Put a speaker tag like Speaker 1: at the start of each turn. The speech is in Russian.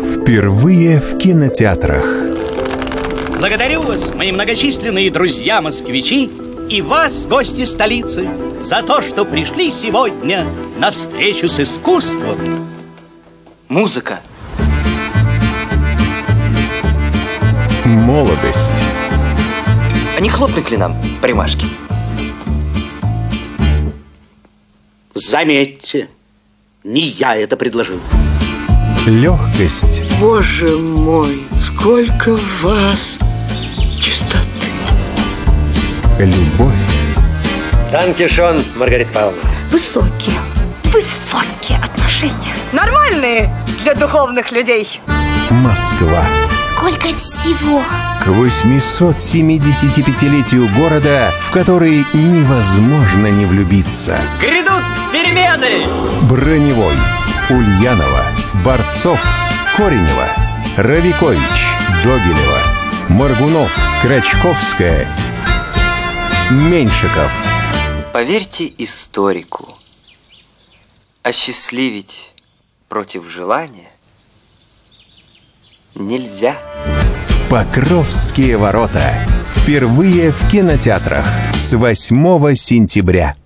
Speaker 1: Впервые в кинотеатрах
Speaker 2: Благодарю вас, мои многочисленные друзья-москвичи и вас, гости столицы, за то, что пришли сегодня на встречу с искусством.
Speaker 3: Музыка.
Speaker 1: Молодость
Speaker 3: Они хлопнут ли нам примашки?
Speaker 2: Заметьте, не я это предложил.
Speaker 1: Легкость
Speaker 4: Боже мой, сколько в вас чистоты.
Speaker 1: Любовь
Speaker 5: Танкишон, Маргарита Павловна.
Speaker 6: Высокие, высокие отношения.
Speaker 7: Нормальные для духовных людей.
Speaker 1: Москва
Speaker 6: Сколько всего.
Speaker 1: К 875-летию города, в который невозможно не влюбиться
Speaker 3: Грядут перемены!
Speaker 1: Броневой Ульянова Борцов Коренева Равикович Догилева Моргунов Крачковская Меньшиков
Speaker 3: Поверьте историку, осчастливить против желания нельзя.
Speaker 1: Покровские ворота. Впервые в кинотеатрах с 8 сентября.